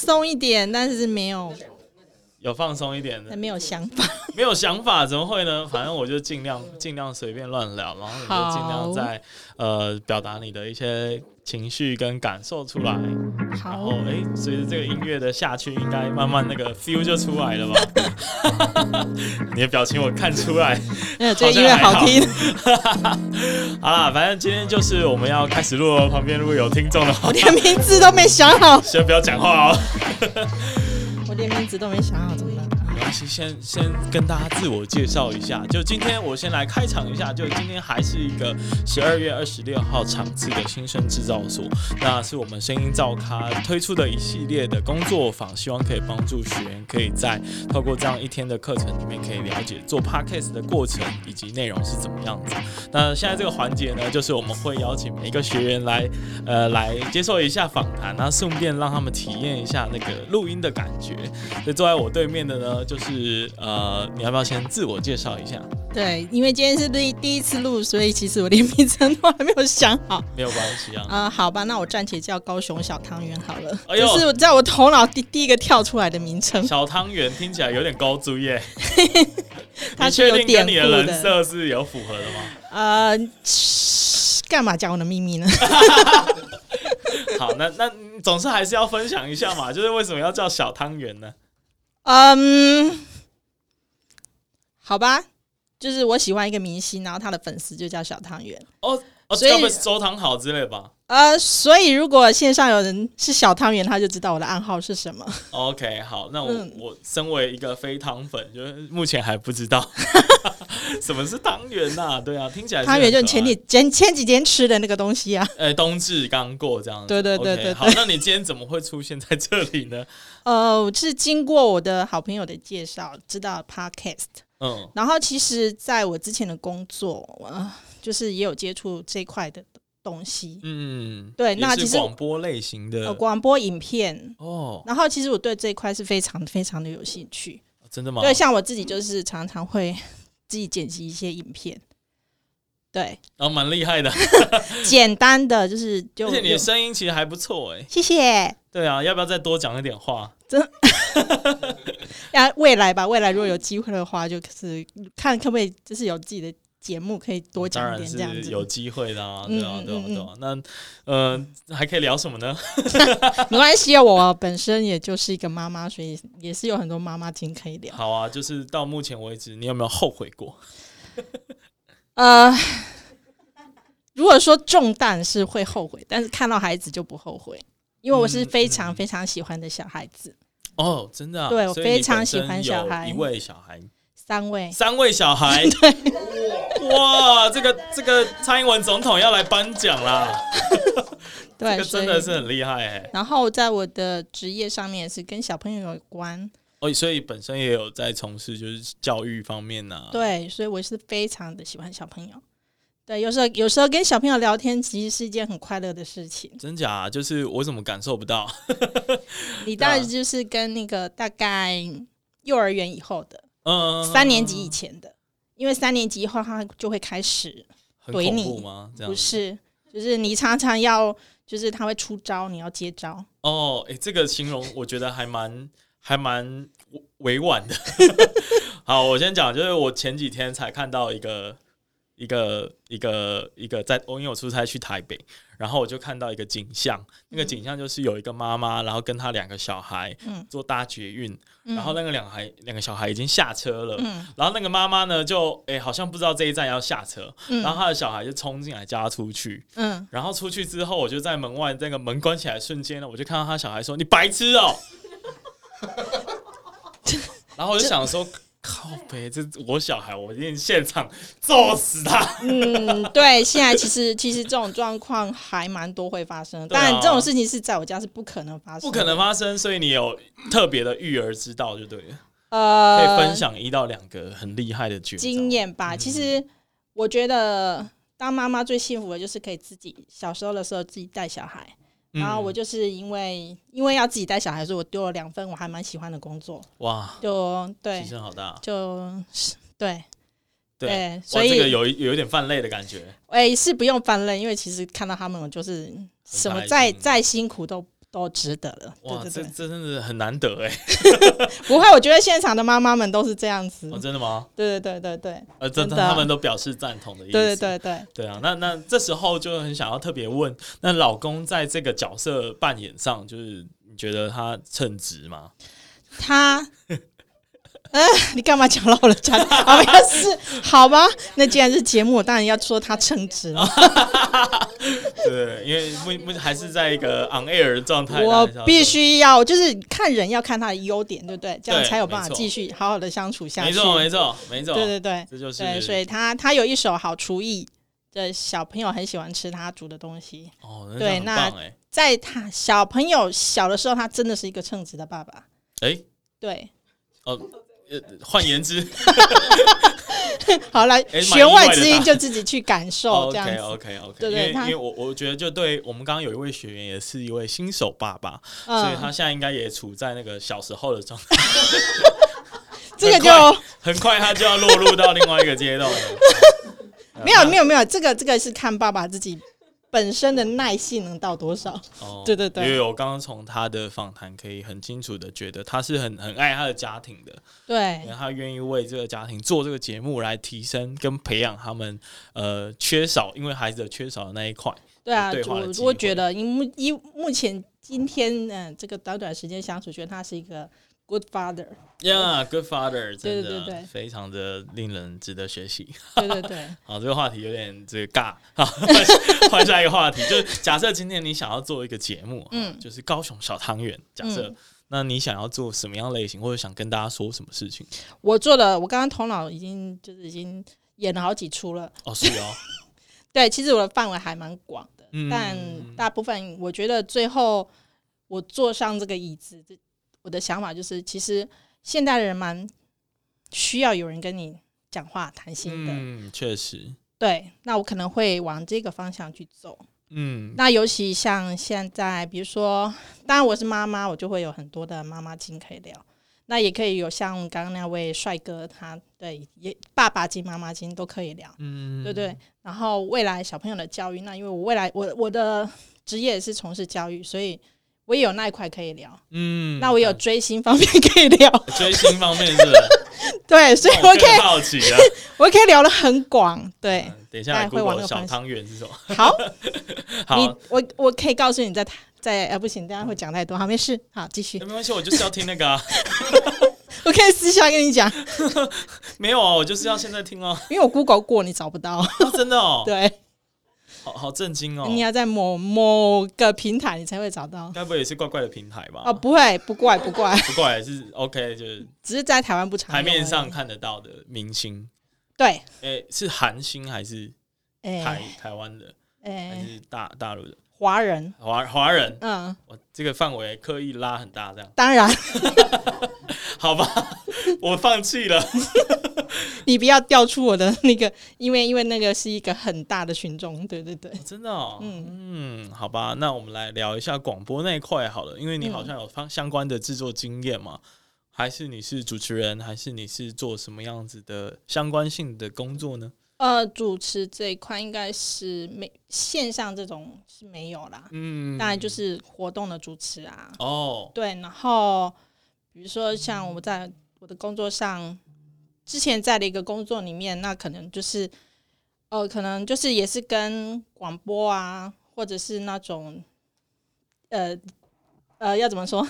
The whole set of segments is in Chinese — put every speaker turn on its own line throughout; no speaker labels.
松一点，但是没有
有放松一点的，
没有想 法。
没有想法怎么会呢？反正我就尽量尽量随便乱聊，然后你就尽量在呃表达你的一些情绪跟感受出来。
嗯
然
好
后，哎，随着这个音乐的下去，应该慢慢那个 feel 就出来了吧？ 你的表情我看出来。
呃，这个音乐好听，
好啦，反正今天就是我们要开始录哦了，旁边如果有听众的话
我， 连名字都没想好，
先不要讲话哦。
我连名字都没想好，怎么办？
没关系，先先跟大家自我介绍一下。就今天我先来开场一下，就今天还是一个十二月二十六号场次的新生制造所，那是我们声音造咖推出的一系列的工作坊，希望可以帮助学员可以在透过这样一天的课程里面，可以了解做 podcast 的过程以及内容是怎么样子。那现在这个环节呢，就是我们会邀请每一个学员来，呃，来接受一下访谈，那顺便让他们体验一下那个录音的感觉。所以坐在我对面的呢，就是呃，你要不要先自我介绍一下？
对，因为今天是第第一次录，所以其实我连名称都还没有想好。
没有关系啊。
啊、好吧，那我暂且叫高雄小汤圆好了，
哎呦
这是在我头脑第第一个跳出来的名称。
小汤圆听起来有点高 追耶，
它
你
是
确
有
定
典
跟你
故
的
的
人设是有符合的吗？
呃，嘘干嘛讲我的秘密呢？
好，那那嗯总是还是要分享一下嘛，就是为什么要叫小汤圆呢？
嗯，好吧，就是我喜欢一个明星，然后他的粉丝就叫小汤圆。
哦哦，
所以
该不会是周汤好之类吧
呃，所以如果线上有人是小汤圆，他就知道我的暗号是什么。
？OK，好，那我、
嗯
我身为一个非汤粉，就是目前还不知 道什么是汤圆呐。对啊，听起来
汤圆就是前
几
几前前几天吃的那个东西啊。
呃冬至刚过这样子。
对对对
OK，
对
好，那你今天怎么会出现在这里呢？
呃，我是经过我的好朋友的介绍，知道 podcast。
嗯
然后其实在我之前的工作，呃，就是也有接触这块的东西，
嗯，
对
也
那
是
其实
广播类型
呃，
的
广播影片。
哦，
然后其实我对这一块是非常非常的有兴趣。
真的吗？
对，像我自己就是常常会自己剪辑一些影片，对，
然后哦蛮厉害的，
简单的就是就
而且你的
有
声音其实还不错哎。
谢谢。
对啊，要不要再多讲一点话？
啊，未来吧，未来如果有机会的话，就是看可不可以，就是有自己的节目，可以多
当
讲一
然
点这样
是
子。
有机会的啊，
嗯
对啊，对啊
嗯，嗯
对啊。那呃，还可以聊什么呢？
没关系啊，我本身也就是一个妈妈，所以也是有很多妈妈听可以聊。
好啊，就是到目前为止，你有没有后悔过？
呃，如果说中弹是会后悔，但是看到孩子就不后悔，因为我是
嗯
非
嗯
常非常喜欢的小孩子，
哦，真的、啊，
对我
所以你
非常
本
喜
身
欢小孩
有一位小孩，
三位。
三位小孩， 哇，这个这个蔡英文总统要来颁奖啦，
对，
这个
所
真
以
的是很厉害哎、
然后在我的职业上面也是跟小朋友有关，
哦，所以本身也有在从事就是教育方面啊呐、，
对，所以我是非常的喜欢小朋友。对，有时候有时候跟小朋友聊天，其实是一件很快乐的事情。
真假、啊就是我怎么感受不到？
你当
对
然
啊
就是跟那个大概幼儿园以后的、
嗯，
三年级以前的，因为三年级以后他就会开始，
很
怼
恐
你
怖吗？这样
不是，就是你常常要，就是他会出招，你要接招。
哦，哎、这个形容我觉得还蛮还蛮委 婉的。 好，我先讲，就是我前几天才看到一个一个一个一个在，我因为我出差去台北，然后我就看到一个景象，那个景象就是有一个妈妈，然后跟她两个小孩
嗯
坐搭捷运，
嗯
然后那个两个孩两个小孩已经下车了，
嗯
然后那个妈妈呢就哎、诶好像不知道这一站要下车，
嗯
然后她的小孩就冲进来叫她出去，
嗯，
然后出去之后，我就在门外那个门关起来的瞬间呢，我就看到他小孩说：“你白痴哦、 然后我就想说：“靠北，这我小孩，我一定现场揍死 他。
嗯，对，现在其实其实这种状况还蛮多会发生的，
对啊
当然这种事情是在我家是不可能发”生，
不可能？发生，所以你有特别的育儿之道就对了，
呃，
可以分享一到两个很厉害的绝招
经。验吧。
嗯
其实我觉得当妈妈最幸福的就是可以自己小时候的时候自己带小孩，
嗯
然后我就是因为因为要自己带小孩，所以我丢了两份我还蛮喜欢的工作，
哇，
就对
提，升好大，
就是对
对
对，
哇，
所
这个
以
有一有一点犯累的感觉。
哎、是不用翻了，因为其实看到他们，我就是什么
开
再
心
再辛苦都都值得了。
哇，
对
这
对对，
这真的很难得哎、
不会，我觉得现场的妈妈们都是这样子
哦，。真 的吗？
对对对对对
呃，真
真
的，
的啊
他们都表示赞同的意思。
对对对对，
对啊，那那这时候就很想要特别问，那老公在这个角色扮演上，就是你觉得他称职吗？
他。呃，你干嘛讲到我的家？好像是好吧？那既然是节目，我当然要说他称职了。
对，因为目目前还是在一个 on air 的 状态，
我
还是要
必
说
须要，就是看人要看他的优点，对不对？这样
对
才有办法
没错
继续好好的相处下去。
没错，没错，没错，
对对对
这就是
对，所以他他有一手好厨艺，这小朋友很喜欢吃他煮的东西。
哦，那
对
很棒哎
在他小朋友小的时候，他真的是一个称职的爸爸。
哎
对，
呃，换言之
好来，
蛮意
弦
外
外
的
之
答
音
案
就自己去感受这样
，OK 哦
子。
OK OK，
对
因
对
为因
他
为我我觉得就对我们刚刚有一位学员也是一位新手爸爸，所以他
嗯，
现在应该也处在那个小时候的状态，
这个
很快
就
很快他就要落入到另外一个阶 段了。
没有没有没有，这个这个是看爸爸自己本身的耐性能到多少。
哦
对对对
因为我刚刚从他的访谈可以很清楚的觉得他是很很爱他的家庭的，
对
然后他愿意为这个家庭做这个节目来提升跟培养他们呃缺少因为孩子的缺少的那一块。
对啊，
对话的
我
机
我
会
觉得以目以目前今天嗯、呃这个短短时间相处，觉得他是一个 good father。
Yeah, good father，
对
真的
对对
非常的令人值得学习。
对对 对，
好，这个话题有点这个尬，好，换下一个话题，就是假设今天你想要做一个节目，嗯，
嗯
就是高雄小汤圆，假设、
嗯
那你想要做什么样类型，或者想跟大家说什么事情？
我做了，我刚刚头脑已经就是已经演了好几出了。
哦，是 哦，
对，其实我的范围还蛮广的，
嗯
但大部分我觉得最后我坐上这个椅子，这我的想法就是，其实现代人蛮需要有人跟你讲话谈心的。
嗯，确实，
对，那我可能会往这个方向去走。
嗯，
那尤其像现在，比如说，当然我是妈妈，我就会有很多的妈妈经可以聊。那也可以有像刚刚那位帅哥，他对也爸爸经、妈妈经都可以聊，
嗯，
对不对。然后未来小朋友的教育，那因为我未来我我的职业是从事教育，所以我也有那一块可以聊。
嗯，
那我有追星方面可以聊，
追星方面是不 是，哦
对，所以
那
我可
更
以
好奇 了。
我可以聊得很广。 对，
嗯等一下来
哎会往
Google
那个方
小
向
汤圆是什么？
好，你
好，
我我可以告诉你在，在呃不行，等一下会讲太多，好没事，好继续
哎，没关系，我就是要听那个啊，
我可以私下跟你讲。
没有啊，我就是要现在听哦，
因为我 Google 过，你找不到。
啊真的哦，
对，
好好震惊哦，
你要在某某个平台，你才会找到。
该不会也是怪怪的平台吧？
哦，不会，不怪，不怪，
不怪是 OK，就是
只是在台湾不常
台
用
面上
而已。
看得到的明星，
对，
哎，是韩星还是台
哎
台湾的，还
哎，
是大大陆的
华人，
华华人？
嗯，
我这个范围刻意拉很大，这样
当然，
好吧？ 我放弃 了。
你不要调出我的那个，因为因为那个是一个很大的群众，对对对，
哦真的哦，嗯
嗯
好吧，那我们来聊一下广播那一块好了，因为你好像有方相关的制作经验嘛，还是你是主持人，还是你是做什么样子的相关性的工作呢？
呃，主持这一块应该是没线上这种是没有啦，
嗯，
当然就是活动的主持啊，
哦，
对，然后比如说像我在我的工作上，之前在的一个工作里面，那可能就是呃，可能就是也是跟广播啊，或者是那种呃呃要怎么说，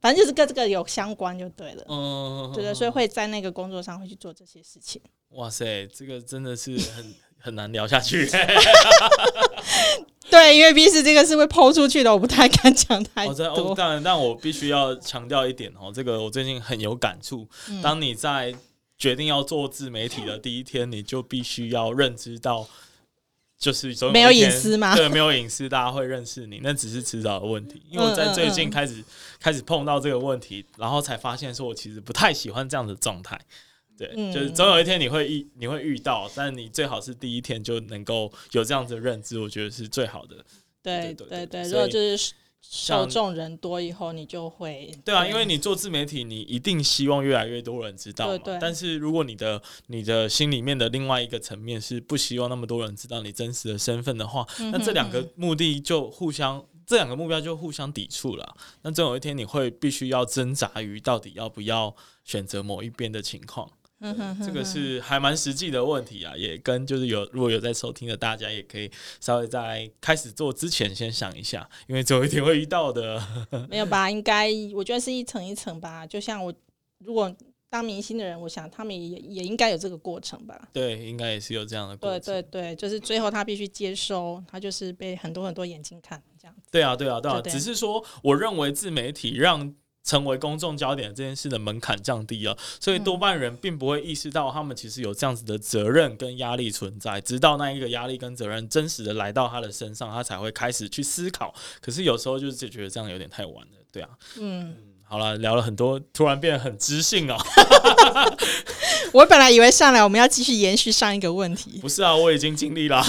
反正就是跟这个有相关就对了。
嗯，
对对，所以会在那个工作上会去做这些事情。
哇塞，这个真的是很很难聊下去，
对，因为毕竟这个是会抛出去的，我不太敢讲太
哦，真的
多
哦，。当然，但我必须要强调一点哦，这个我最近很有感触。
嗯
当你在决定要做自媒体的第一天，你就必须要认知到，就是总
没有
有一天
隐私吗
对，没有隐私，大家会认识你，那只是迟早的问题。因为我在最近
嗯嗯
开始、开始碰到这个问题，然后才发现说我其实不太喜欢这样的状态。对，
嗯
就是总有一天你会遇你会遇到，但你最好是第一天就能够有这样子的认知，我觉得是最好的。
对
对对
对
对
对，
所以
如果就是
像
受众人多以后，你就会
对啊，因为你做自媒体，你一定希望越来越多人知道嘛。
对对
但是如果你的你的心里面的另外一个层面是不希望那么多人知道你真实的身份的话，
嗯
那
哼
这两个目的就互相这两个目标就互相抵触了。那总有一天你会必须要挣扎于到底要不要选择某一边的情况。
嗯哼哼
这个是还蛮实际的问题啊，也跟就是有如果有在收听的大家，也可以稍微在开始做之前先想一下，因为总有一天会遇到的。
没有吧？应该我觉得是一层一层吧。就像我如果当明星的人，我想他们也也应该有这个过程吧。
对，应该也是有这样的过
对
程。
对对，就是最后他必须接收，他就是被很多很多眼睛看这样子。
对啊，对啊，对啊，
对对
只是说，我认为自媒体让成为公众焦点这件事的门槛降低了，所以多半人并不会意识到他们其实有这样子的责任跟压力存在，直到那一个压力跟责任真实的来到他的身上，他才会开始去思考。可是有时候就是觉得这样有点太晚了，对啊。
嗯，
嗯好了，聊了很多，突然变得很知性哦。
我本来以为上来我们要继续延续上一个问题，
不是啊，我已经尽力了，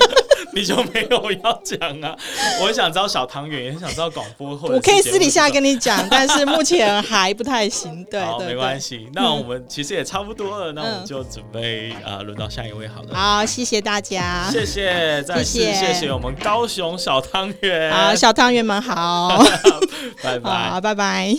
你就没有要讲啊。我很想知道小汤圆，也很想知道广播或者
我可以
是节目
私底下
制作
跟你讲，但是目前还不太 行。对
好，
对嗯
没
对，
关系。那我们其实也差不多了，那我们就准备啊，呃轮到下一位好了。
好，谢谢大家。
谢谢，再次
谢谢
谢谢我们高雄小汤圆。
好，小汤圆们好，
拜 拜。
好，拜拜。